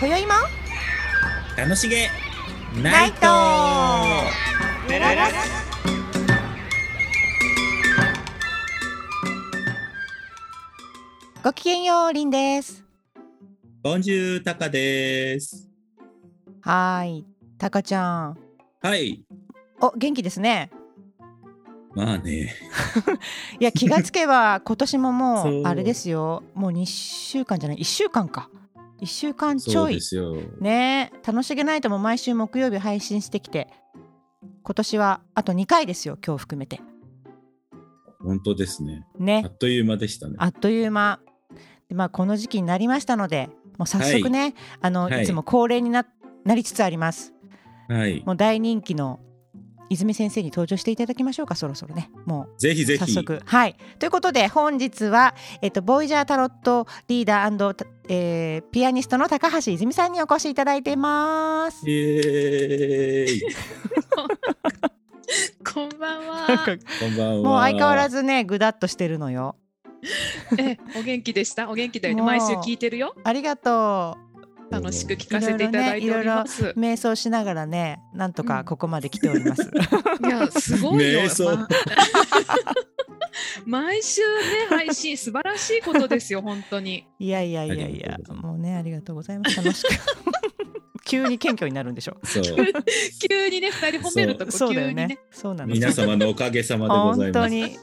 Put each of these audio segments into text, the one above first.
今宵も楽しげナナイイトトごきげんようりんですボンジュータカですはーいたかちゃんはいお元気ですねまあねいや気がつけ ば今年もそもううあれですよもう2週間じゃない1週間か1週間ちそょうでいすよねえ楽しげナイトも毎週木曜日配信してきて今年はあと2回ですよ今日含めて本当ですねねあっという間でしたねあっという間で、まあ、この時期になりましたのでもう早速ね、い、あのはいいつも恒例にななりつつありますはいもう大人気の泉先生に登場していただきましょうかそろそろねもうぜひぜひ早速はいということで本日は、えっと、ボイジャータロットリーダーた、えーピアニストの高橋泉さんにお越しいただいてますイ。エーイこんば なんんはか。こんばんはもう相変わらずずねぐだっとしてるのよ。え、お元気でした。お元気だよね。もう毎週聞いてるよ。ありがと楽しく聞かせていただいております。う瞑想しながらねなんとかここまで来ております。いや、すごいよ。 瞑想ま 毎週ね、配信素晴らしいことで すよ。本当に。いやいやいやあいりがやとうございますもうねありがとうございます楽しく 急に謙虚になるんで しょそう急にね、二人褒めるとこ、そうだ急よにねね。そうなの皆様のおかげさまでござい本ま当すに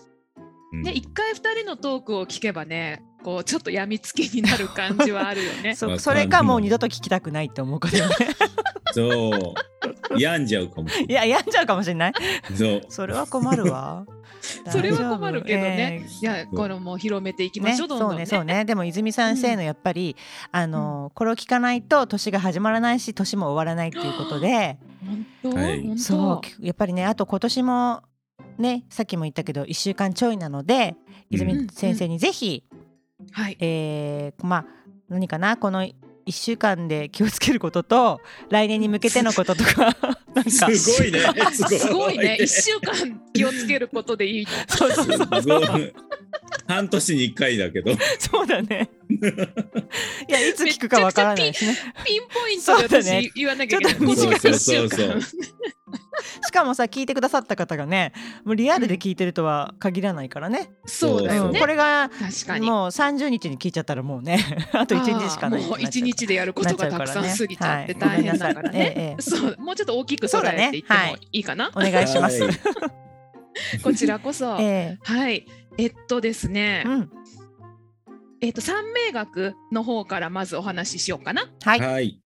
うんね、一回二人のトークを聞けばね、こうちょっとやみつきになる感じはあるよね。 そわかんなういそれかもう二度と聞きたくないって思うこと よねそう病んじゃうかもしれいなや病んじゃうかもしれないいそうそれは困る わそれは困るけどね。大丈夫いや、これも広めていきましょう。どんどそんうねね。そうね でも泉先生のやっぱり、あのこれを聞かないと年が始まらないし年も終わらないっていうことで本当、はい本当。そうやっぱりねあと今年もねさっきも言ったけど1週間ちょいなので泉先生にぜひ、はい。えーまあ何かなこの1週間で気をつけることと来年に向けてのことと かなんかすごいねすごいすごいね。一週間気をつけることでいいの。そうそうそうすごい半年に一回だけどそうだ ねいやいつ聞くかわからないしねピンポイントでそうだね私言わなきゃいけない。ちょっと短い一週そうそう間。しかもさ聞いてくださった方がねもうリアルで聞いてるとは限らないからね、そうだうよんねこ。れが確かに。もう30日に聞いちゃったらもうね あと1日しかないあーもう一日でやるこなっとちゃがうかたらくねさん過ぎちゃってはい大変だかごめらんなさいねえ。えそう、もうちょっと大きく捉えていってもいいかな。お 願いします、はこちらこそ。えはい。えっとですねえ、うんえっと三名学の方からまずお話ししようかな。はいわ、はい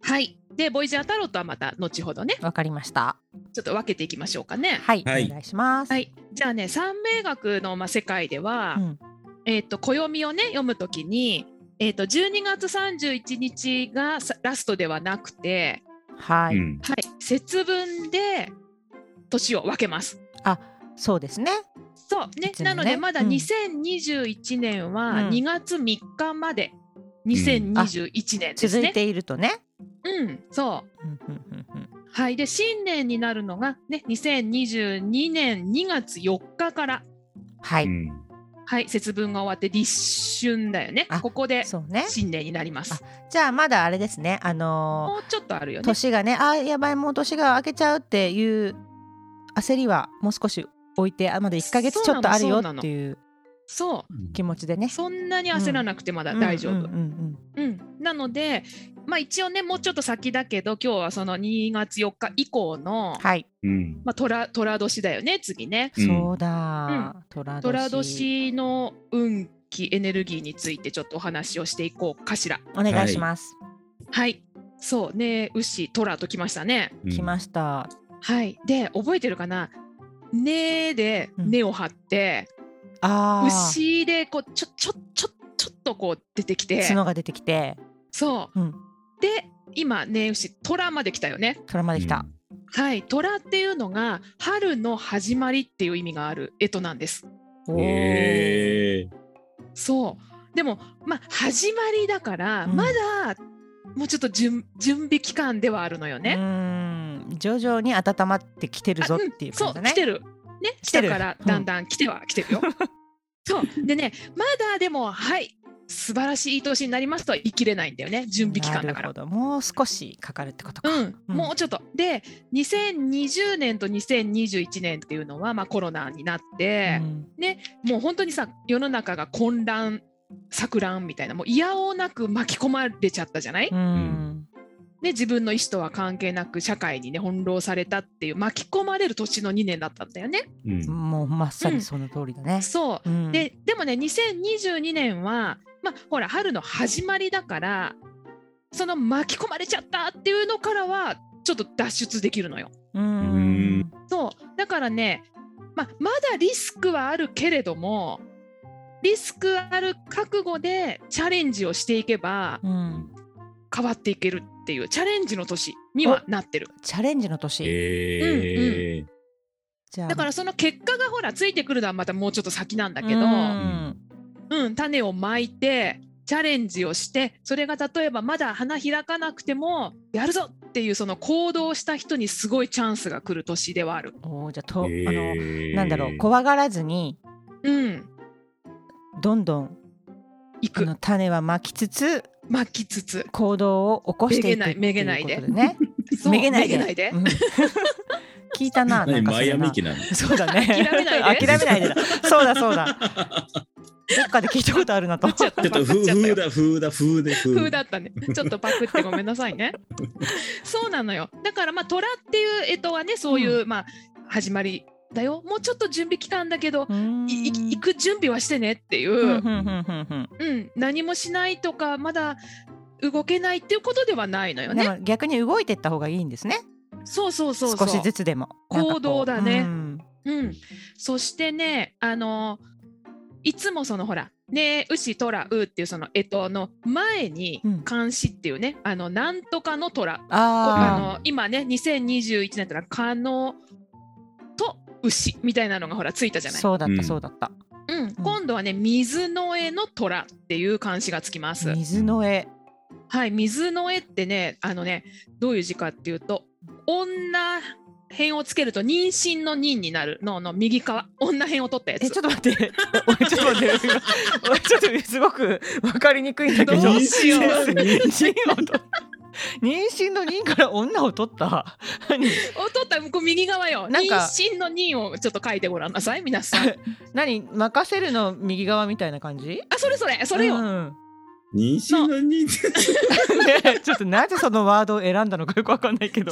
はい。で、ボイジャータロットはまた後ほどね、かりましたちょっと分けていきましょうかね。はい、はいお願いしますはい。じゃあね、三名学のまあ世界ではう、んえっ、と暦をね読むときに、えっ、と12月31日がさラストではなくて、はい、うんはい、節分で年を分けます。そうですねそうねいつもねなのでまだうん2021年うはん2月3日まで2021年です続いね。ているとねうん、そうんうんうんうんう。はい。で新年になるのがね2022年2月4日から。はい、うんはい、節分が終わって立春だよねあ。ここでそうね新年になります。じゃあまだあれですねあのもうちょっとあるよーね。年がねあーやばいもう年が明けちゃうっていう焦りはもう少し置いてあまだ1ヶ月ちょっとあるよそうなのそうなのっていうそう。気持ちでねそんなに焦らなくてまだ大丈夫。ううんんうんうんなので、まあ、一応ねもうちょっと先だけど今日はその2月4日以降の、うんはい、うんまあ、虎虎年だよね次ねうんそうだ虎年虎年の運気エネルギーについてちょっとお話をしていこうかしら。お願いします、はいそうね牛虎ときましたね。うん来ましたはいで覚えてるかな「ね」でうん根を張って、あー牛でこうちょちょちょちょっとこう出てきて角が出てきてそう、うんで今ね牛虎まで来たよね。虎まで来た、はい、虎っていうのが春の始まりっていう意味がある干支なんです。うおんーへそう。でもまあ始まりだから、うんまだもうちょっと準準備期間ではあるのようね。ーん徐々に温まってきてるぞっていう感そうじだ来ね、てる。ね、来て下るからうん だんだん来ては来てるよ。そうでねまだでもはい素晴らしいいい年になりますとは言い切れないんだよね準備期間なだかるらほ。どもう少しかかるってことか、うん、うんもうちょっとで2020年と2021年っていうのは、まあ、コロナになってう、んもう本当にさ世の中が混乱錯乱みたいなもういやおうなく巻き込まれちゃったじゃない、うんで自分の意思とは関係なく社会にね翻弄されたっていう巻き込まれる年の2年だったんだよね。うんもうまさにその通りだね、そううんででもね2022年はまあほら春の始まりだからその巻き込まれちゃったっていうのからはちょっと脱出できるのよ。うんそうだからね、まあ、まだリスクはあるけれどもリスクある覚悟でチャレンジをしていけばうん変わっていけるっていうチャレンジの年にはなってる。チャレンジの年、ええじゃあだからその結果がほらついてくるのはまたもうちょっと先なんだけど、うんうん、種をまいてチャレンジをしてそれが例えばまだ花開かなくてもやるぞっていうその行動をした人にすごいチャンスが来る年ではある。おーじゃあと、あのええなんだろう怖がらずにうん、どんどん行あくの種はまきつつ巻きつつ行動を起こしていくってめげないいうことでね。そうめげないで。めげないでうん 聞いたな。なん何かそマイれアなミ行きなの そうだね。諦めないで諦めないでだ。そうだそうだ。どっかで聞いたことあるなと。ちょっとちょっとパクっちゃった風よだ風だ風で風風だったね。ちょっとパクってごめんなさいね。そうなのよ。だからまあ虎っていう干支はねそういう、まあ始まりだよ。もうちょっと準備期間だけど、うーんいい行く準備はしてねっていう。うんうんうんうんうん、何もしないとかまだ動けないっていうことではないのうよんでね。も逆に動いてった方がいいんですね。そうそうそうそう。少しずつでも。行動だねなんかこうん、そしてねあのいつもそのほら「ねうしとらう」っていうその干支の前にうん「監視」っていうね、あのなんとかの虎う。うんああ。あの今ね2021年とら「かの」と「牛」みたいなのがほらついたじゃない。そうだっうたんそうだった。うん今度はね「水の絵の虎」っていう監視がつきます。水の絵。はい、水の絵ってね、あのね、どういう字かっていうと、女辺をつけると妊娠の妊になるのの右側、女辺を取ったやえつちょ。っと待って。おちょっと待って。今おちょっとすごくわかりにくいんだけど。どうしよう妊娠を取っ妊娠の妊から女を取った。何を取った向こう右側よ。なん妊か娠の妊をちょっと書いてごらんなさい、皆さ ん。何任せるの右側みたいな感じ？あ、それそれ、それうよ。ん妊娠の妊ねえちょっとなぜそのワードを選んだのかよくわかんないけど。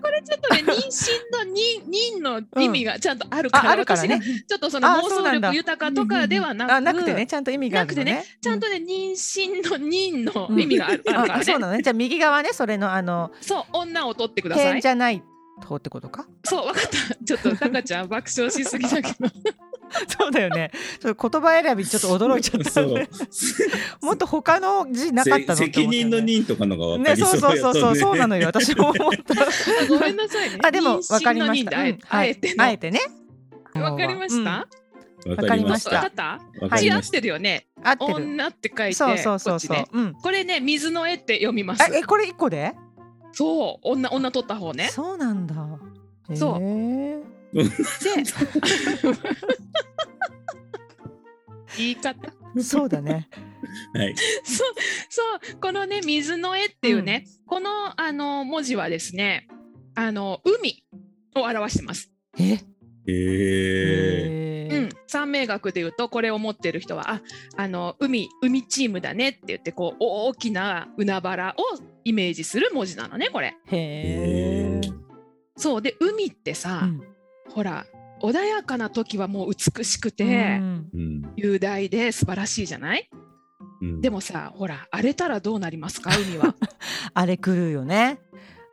これちょっとね、妊娠の 妊、妊の意味がちゃんと あるから、ああるから私ねね、。ちょっとそのあ妄そう想なんだ力豊かとかではなく、あなくてねちゃんと意味があるのなね。ちゃんと。とね、妊娠の妊の意味 がある,、あるかあらそうね。なのね。じゃあ右側ねそれのあのそう、女を取ってください点じ。ゃない方ってこと か。そう、わかった。ちょっと、タカちゃん、爆笑しすぎだけ ど。そうだよね。ちょっと言葉選びちょっと驚いちゃった。そうもっと他の字 なかったのせ責任のに任とかのが分かね、りそそううそうやそうとそう、ねそうなの よ。私も思 った。ごめんなさいね。あ、でも、妊わか娠りのまし妊でた。あえうんあえてのあえてね。わかりました。わわかかりりままししたたわかった。わか血り合まっしてるよね。うん。合ってる。女って書いて。そうそうそうそうこっちね。うん。これね、水の絵って読みますあ。え、これ一個で。そう、女、女取った方ね。そうなんだ。そうへー 言い方。そうだね。たはい そう、そう、このね、水の絵っていうね、この、あの、文字はですね。あの、海を表してます。え。ええうん、三名学でいうとこれを持ってる人はああの海海チームだねって言ってこう大きな海原をイメージする文字なのねこれ。へえ。そうで海ってさ、うんほら穏やかな時はもう美しくて、うんうん雄大で素晴らしいじゃないうんでもさほら荒れたらどうなりますか 海は。あれ狂うよね。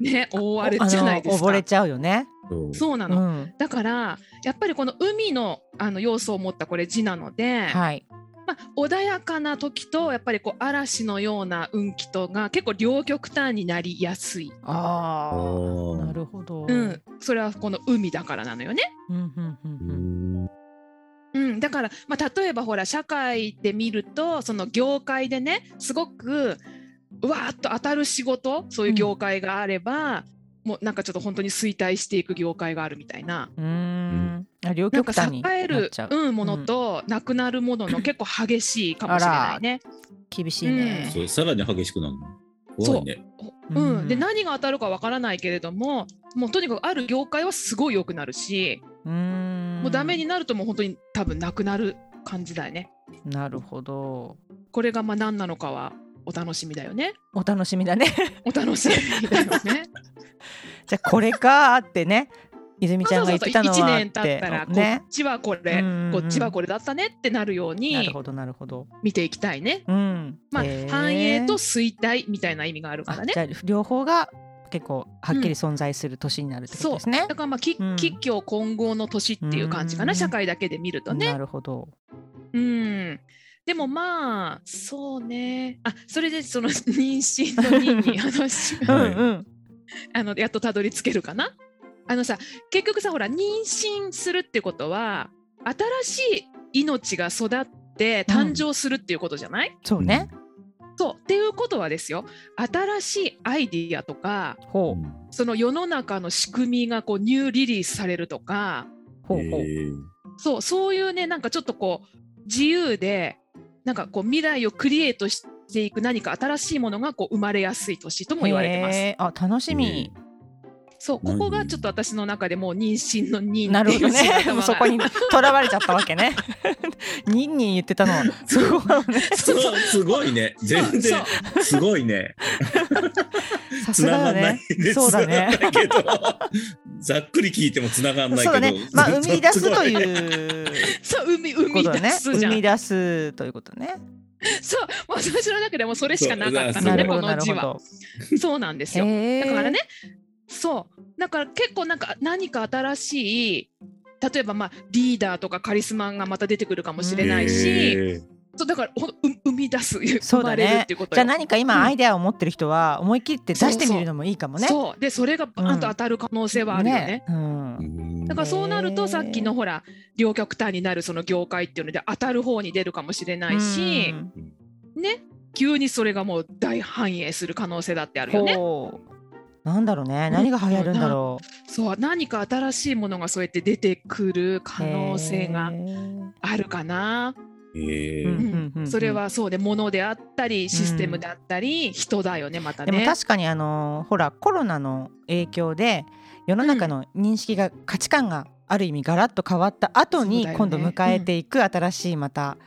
ね大荒れあじゃのないですか。溺れちゃうよね。そうそうなうの、ん。だからやっぱりこの海のあの要素を持ったこれ字なので、はい。まあ、穏やかな時とやっぱりこう嵐のような運気とが結構両極端になりやすい、ああ。あなーるほど。うん、それはこの海だからなのよね。うん。うん。う。うんんうん、だから、まあ、例えばほら社会で見るとその業界でねすごくうわーっと当たる仕事そういう業界があれば、もうなんかちょっと本当に衰退していく業界があるみたいな。うん。うん。あ両なんか極端栄になえっるちゃう、うんものとなくなる ものの結構激しいかもしれないね。厳しいね、そうさらに激しくなるの。怖いね。うんうんうんで何が当たるかわからないけれどももうとにかくある業界はすごい良くなるし、うーんもうダメになるともう本当に多分なくなる感じだよね。なるほどこれがまあ何なのかはお楽しみだよね。お楽しみだねお楽しみだよね。 じゃあこれかーってね泉ちゃんが言ってたのはそうそうそうあ1っ年経ったらてこねっちはこれ、うんうんうんこっちはこれだったねってなるようなにるほどなるほど見ていきたいね。うんまあ、へー繁栄と衰退みたいな意味があるからあねじ。ゃあ両方が結構はっきり存在する年になるってことそうですねだ、からまあきうん吉居混合の年っていう感じかな、うん社会だけで見るとね。なるほどうんでもまあそうねあそれでその 妊娠の 妊に話うんはいうん あのやっとたどり着けるかなあのさ結局さほら妊娠するってことは新しい命が育って誕生するっていうことじゃない、そうね、そうっていうことはですよ新しいアイディアとかうほん。うその世の中の仕組みがこうニューリリースされるとかほうほう、えーそうそういうねなんかちょっとこう自由でなんかこう未来をクリエイトしていく何か新しいものがこう生まれやすい年とも言われてます。へーあ楽しみ、そうここがちょっと私の中でもう妊娠の妊なってるいほうど 字がね も頭がうそこにとらわれちゃったわけね ニンニン言ってたのすごいねそうそうそうすごい ね。全そ然うすごいね。さすが繋がよんないねです。そうだね繋がんないけど。ざっくり聞いても繋がんないけそうど。だね まあ生み出すとう。いうそう生み生こみとだ出ねすじ生ゃん、み出すということねそう私の中でもそれしかなかったそうのなでるだほこどなのる字ほはどそうなんですよへだーからねそうだから結構なんか何か新しい例えばまあリーダーとかカリスマがまた出てくるかもしれないし、えーそうだからほんう生み出すそ生うだまれるねっていうことじゃあよ何かうん今アイデアを持ってる人は思い切って出してみるのもいいかもねそうでそれがバーンと当たる可能性はあるよね。うんうんだからそうなへるーとさっきのほら両極端になるその業界っていうので当たる方に出るかもしれないし、うんね急にそれがもう大繁栄する可能性だってあるよね。ほうなんだろうね何が流行るんだろうそう何か新しいものがそうやって出てくる可能性へがーあるかな。えうーんうんうんそれはそうで物であったりシステムであったり、人だよねまたでもね。確かにあのほらコロナの影響で世の中の認識が、価値観がある意味ガラッと変わった後そうにだよね今度迎えていく新しいまた、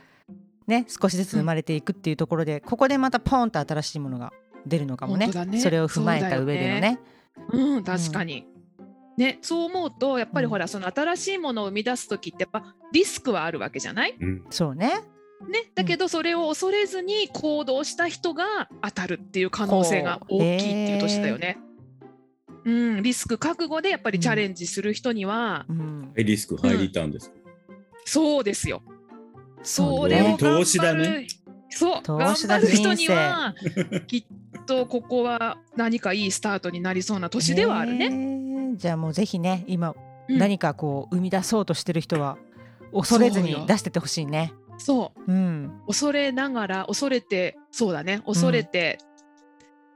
ね少しずつ生まれていくっていうところで、ここでまたポンと新しいものが出るのかもね本当だねそれを踏まえた上でのねうん確かに。ね、そう思うとやっぱりほらその新しいものを生み出す時ってやっぱリスクはあるわけじゃないうんそうねね、だけどそれを恐れずに行動した人が当たるっていう可能性が大きいっていう年だよね。うん、リスク覚悟でやっぱりチャレンジする人には、うんハイリスク入りたんです。そうですよ。そそうれねを頑張る投資だね。そう、投頑資だ張ねる人にはきっとここは何かいいスタートになりそうな年ではあるね。ねじゃあもうぜひね今うん何かこう生み出そうとしてる人は恐れずそうによ出してってほしいねそう、うん恐れながら恐れて、そうだね、恐れて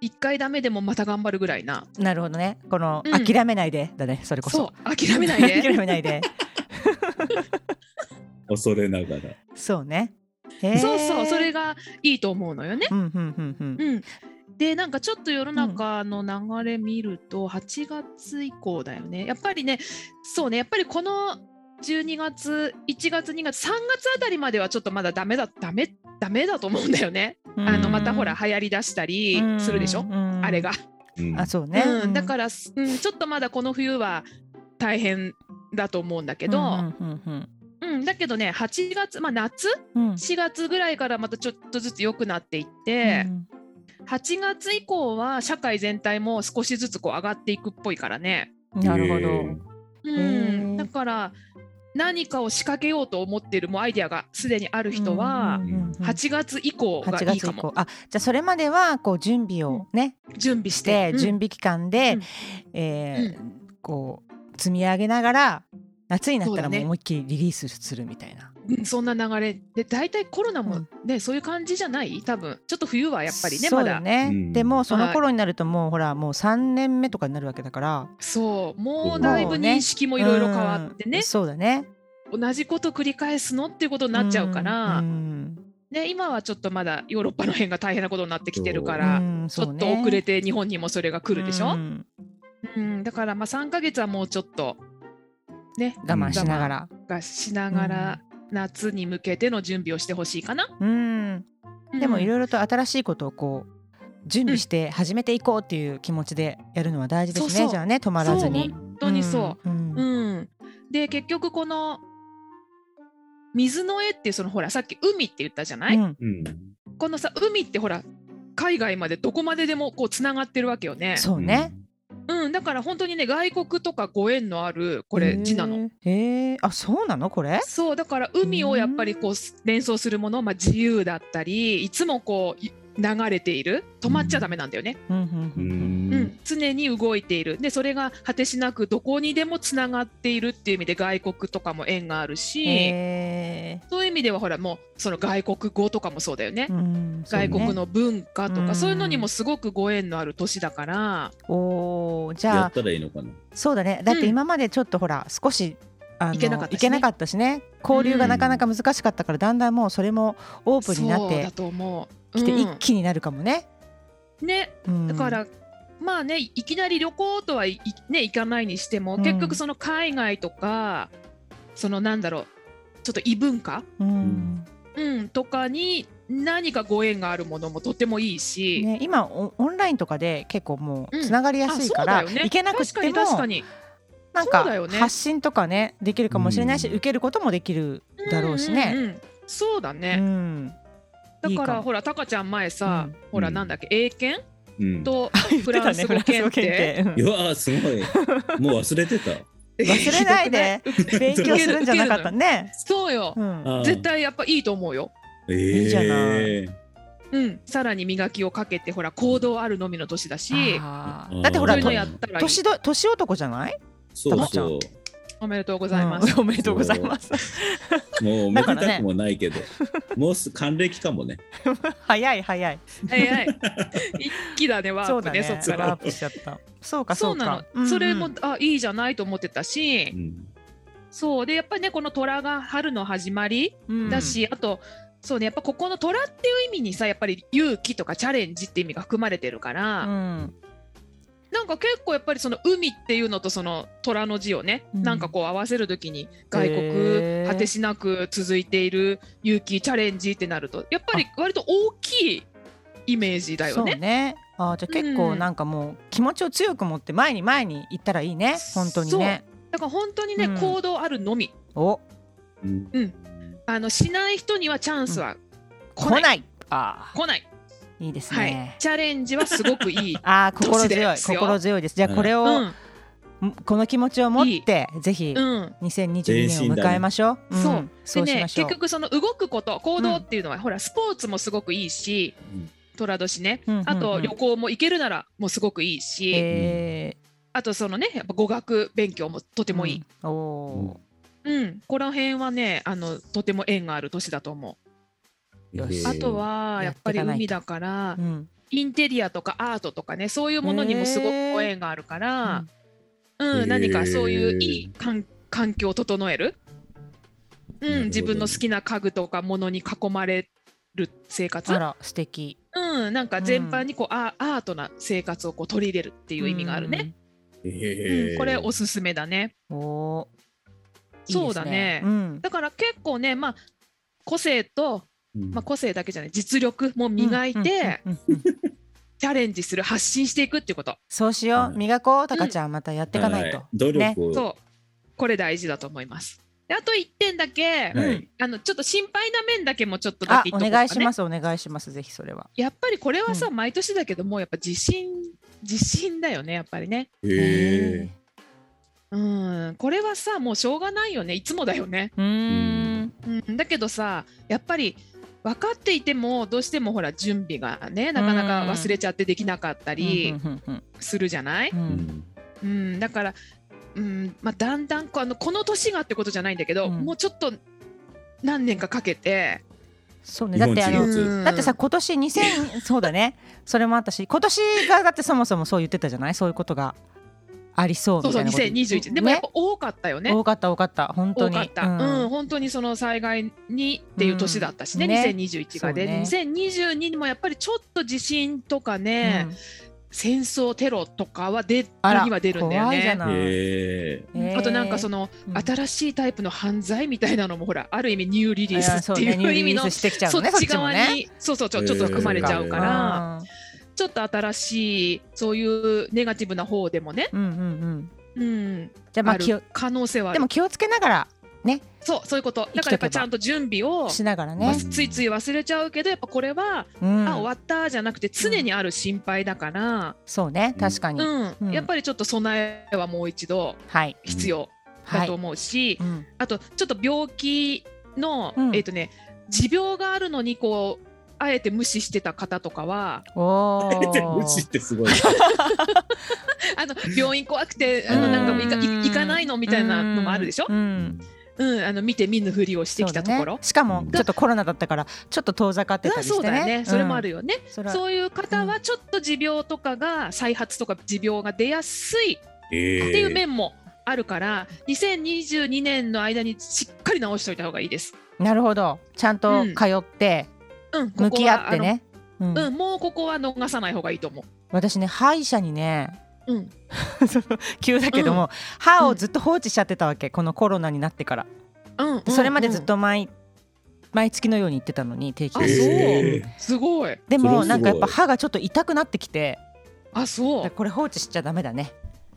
一、回ダメでもまた頑張るぐらいな。なるほどねこの、うん諦めないでだねそれこそそう、諦めない で。諦めないで。恐れながら。そうね。 そうそう、それが。がいいと思うのよね。うんうんうんうん。うん、でなんかちょっと世の中の流れ見ると8月以降だよねやっぱりねそうねやっぱりこの12月1月2月3月あたりまではちょっとまだダメだダメダメだと思うんだよねあのまたほら流行りだしたりするでしょあれが、うんあそうね。うん、だからら、うん、ちょっとまだこの冬は大変だと思うんだけど、うんだけどね8月まあ夏4月ぐらいからまたちょっとずつ良くなっていって、8月以降は社会全体も少しずつこう上がっていくっぽいからね。なるほえどー。うへーん、だから何かを仕掛けようと思ってるもうアイデアがすでにある人はうんうんうんうん8月以降が8いい月か以も降あじゃあそれまではこう準備をね、準備ししてて、準備期間で、うんえーこう積み上げながら夏になったらもそうだうね思いっきりリリースするみたいな。うんそんな流れで大体コロナもね、そういう感じじゃない多分ちょっと冬はやっぱりねそまうだだね。うんでもうその頃になるともうほらもう三年目とかになるわけだから。そうもうだいぶ認識もいろいろ変わってうねんそうだね。同じこと繰り返すのっていうことになっちゃうから、うんね、今はちょっとまだヨーロッパの辺が大変なことになってきてるかうら、んちょっと遅れてて日本にもそれが来るでしょ、うん、だからまあ3ヶ月はもうちょっとね我慢しながら。がしながら夏に向けての準備をしてほしいかな。うん。でもいろろいろと新しいことをこう準備して始めていこうっていう気持ちでやるのは大事ですね。そうそうじゃあね止まらずに。本当にそう。う。うんうん、で結局この水の絵っていうそのほらさっき海って言ったじゃない、うんうん。このさ海ってほら海外までどこまででもこうつながってるわけよね。そうね。うん、だから本当にね外国とかご縁のあるこれ字なの。。へえ。あそうなのこれ？そうだから海をやっぱりこう連想するもの、まあ、自由だったりいつもこうい流れている止まっちゃダメなんだよね、うんううんん。うん常に動いているでそれが果てしなくどこにでもつながっているっていう意味で外国とかも縁があるうん。し、へえ。そういう意味ではほらもうその外国語とかもそうだよね、うん外そ国。うねの文化とか、うんそういうのにもすごくご縁のある年だから、おおじやゃっあたらいいのかな。そうだね。だってうん今までちょっとほら少しあの行けなかったしね行けなかったしね。交流がなかなか難しかったからだんだんもうそれもオープンになっそうてだと思う。きてうん一気になるかもね。ねうんだから、まあねいきなり旅行とはい、いね、行かないにしてうも、ん結局その海外とかそのなんだろうちょっと異文化、うんうん、とかに何かご縁があるものもとてもいいし、ね、今オオンラインとかで結構もううんつながりやあすいそかうだら、よね行けなくても確かに確かになんそうだかよね発信とかねできるかもしれないし、うん受けることもできるだろうしんね。んんそうだうね、んだからいいかもほらタカちゃん前さ、うんほらうんなんだっけ英検うん。と言ってフラたンねフス語ランス検語検定、定。 ううんわあすごい。もう忘れてた。 忘れないで勉強するんじゃなかったね。 そうよ、うんあー絶。対やっぱいいと思うよええ。いいじゃないうん、さらに磨きをかけてほら行動あるのみの年だしあうーんだってほそらういうとのやったらいい年ど年男じゃない？そうたまちゃそおめでとうございます、うんおめでとうございます。う。もうだめでからねたくもないけど。もうす還暦かもね。 早い早い。 はいはい一気だねワ そうーだプね。ねそっかワーらプしちゃった。そうかそそううなか。の、それもうんあいいじゃないと思ってたし、うん。そうでやっぱりねこの虎が春の始まりうんだし、あとそうねやっぱここの虎っていう意味にさやっぱり勇気とかチャレンジって意味が含まれてるから、うんなんか結構やっぱりその海っていうのとその虎の字をね、うんなんかこう合わせるときに外国、へー果てしなく続いている勇気チャレンジってなるとやっぱり割と大きいイメージだよそうね。ね。あーじゃあ結構うんなんかもう気持ちを強く持って前に前に行ったらいいね。本当にね。だから本当にね、うん行動あるのみおうんうんあのしない人にはチャンスは来来ない。ない。あ来ないーいいですはいね。。チャレンジはすごくいい あー心強い年ですよ心強いです。じゃあこれうをん、この気持ちを持ってぜひうん、 2022年を迎えましょう。前進だねんでそうしねましょ結う。局その動くこと行動っていうのは、ほらスポーツもすごくいいしうん寅年ね、うんうんうんあと旅行も行けるならもうすごくいいし、えあとそのねやっぱ語学勉強もとてーもいい、。うんおうんこの辺はねあのとても縁がある年だと思よしへええうあとはややっってかぱないりと海だからー。うんインテリアとかアートとかねそういうものにもすごくご縁があるから、んうんへー何かそういういい環環境を整える、うなるほん、ど自分の好きな家具とかものに囲まれる生活あら素敵。うん、なんか全般にこう、あアートな生活をこう取り入れるっていう意味があるね、えうえんこれおすすめだねうん。おーそうだねいいですうん。だから結構ねまあ個性と、うんまあ、個性だけじゃない実力も磨いてうんうんうんうんチャレンジする発信していくってことそうしようう。ん磨こう、たかちゃん、またやっていかないとは。努ね力を。そうこれ大事だと思いますであと1点だけ、はうんい。あのちょっと心配な面だけもちょっとだあけ、言おっとこうか、願ね、いします、お願いします、ぜひそれは。やっぱりこれはさ、う毎年だけどもうやっぱ自信自信だよねやっぱりねへえ。うんこれはさもうしょうがないよねいつもだよねうーん。うん、だけどさやっぱり分かっていてもどうしてもほら準備がねなかなか忘れちゃってできなかったりうんうんうんするじゃない、ううんんうんだからうんまあ、だんだんこうあのこの年がってことじゃないんだけど、うんもうちょっと何年かかけてそうねだってあの日本一うんだってさ今年2000そうだねそれもあったし今年がだってそもそもそう言ってたじゃないそういうことがありそうそうみそたういなこと2021でもやっぱ多かったよね多かった多かった本当多にかった、うんうん本当にその災害にっていう年だったしね,、うんね2021がで、そ2022にもやっぱりちょっと地震とかね、うん戦争テロとかは出あらには出るんだよ怖いじゃね。ない、えうんあとなんかそののうん新しいタイプの犯罪みたいなのもほらある意味ニューリリースっていいやそうねう意味ニューリリーのスしてきちゃうそのっねちも側ねにそうそうちょちょっと含まれちゃうからちょっと新しいそういうネガティブな方でもね、うんうんうんうん、じゃあまああ気をる可能性はあでるも気をつけながらそうそういうことだからやっぱちゃんと準備をしながらまねず、ついつい忘れちゃうけどやっぱこれは、うん、あ終わったじゃなくて常にある心配だから、そうね確かに、うんうんやっぱりちょっと備えはもう一度はい必要はだとい、思うし、うんあとちょっと病気の、うんえっ、とね持病があるのにこうあえて無視してた方とかはおえーうちってすごい。 あの病院怖くてあのなんかもう行かうん行かないのみたいなのもあるでしょう、んうんあの見て見ぬふりをしてきたところそうだね。しかもうんちょっとコロナだったからちょっと遠ざかってたありしそうてだよね。ね、それもあるよね。うん。それはそういう方はちょっと持病とかが再発とか持病が出やすえいっていうー面もあるから、2022年の間にしっかり直しておいた方がいいです。なるほど。ちゃんと通ってうん、ここは向き合ってね。あの。ううんん、もうここは逃さない方がいいと思私ね歯医者にねう。うん、その急だけども、歯をずっと放置しちゃってたわけこのコロナになってから。うん、うんでそれまでずっ。と毎毎月のように行ってたのに定期あ、的そう。に。えーすごい。でそれはもすごいなんかやっぱ歯がちょっと痛くなってきてあ、だかそらう。これ放置しちゃダメだね。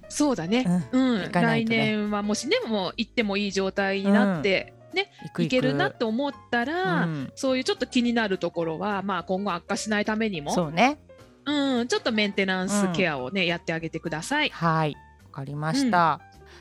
そうだね。うんうん、行かない来とね年はもしね、もう行ってもいい状態になって。ね、行く行行く。けるなと思ったら、うんそういうちょっと気になるところは、まあ、今後悪化しないためにもそうね。うん、ちょっとメンテナンうスんケアをね、やってあげてください。はい、わかりました。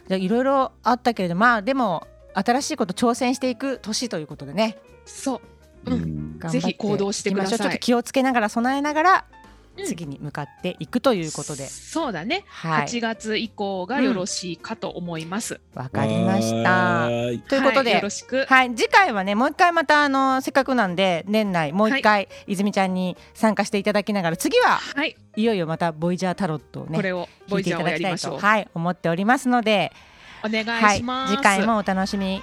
じゃあいろいろあったけれど、まあでも新しいこと挑戦していく年ということでね、そう、ううんん頑張ってぜひ行動してくださいいきまょうちょっと気をつけながら備えながら、うん次に向かっていくということで、そうだね。はい8、月以降がよろしいかと思います。わかりましたは。ーいということはよでろ。しく。はい次回はねもう一回またあのせっかくなんで年内もう一回、泉ちゃんに参加していただきながら次ははい、いよいよまたボイジャータロットをねこれを弾ボイいてジいャーたをだやきりたまいしょとう。はい思っておりますので、お願いはしいます。次回もお楽しみ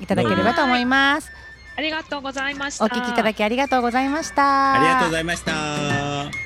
いただければと思います。ありがとうございました。お聞きいただきありがとうございました。ありがとうございました。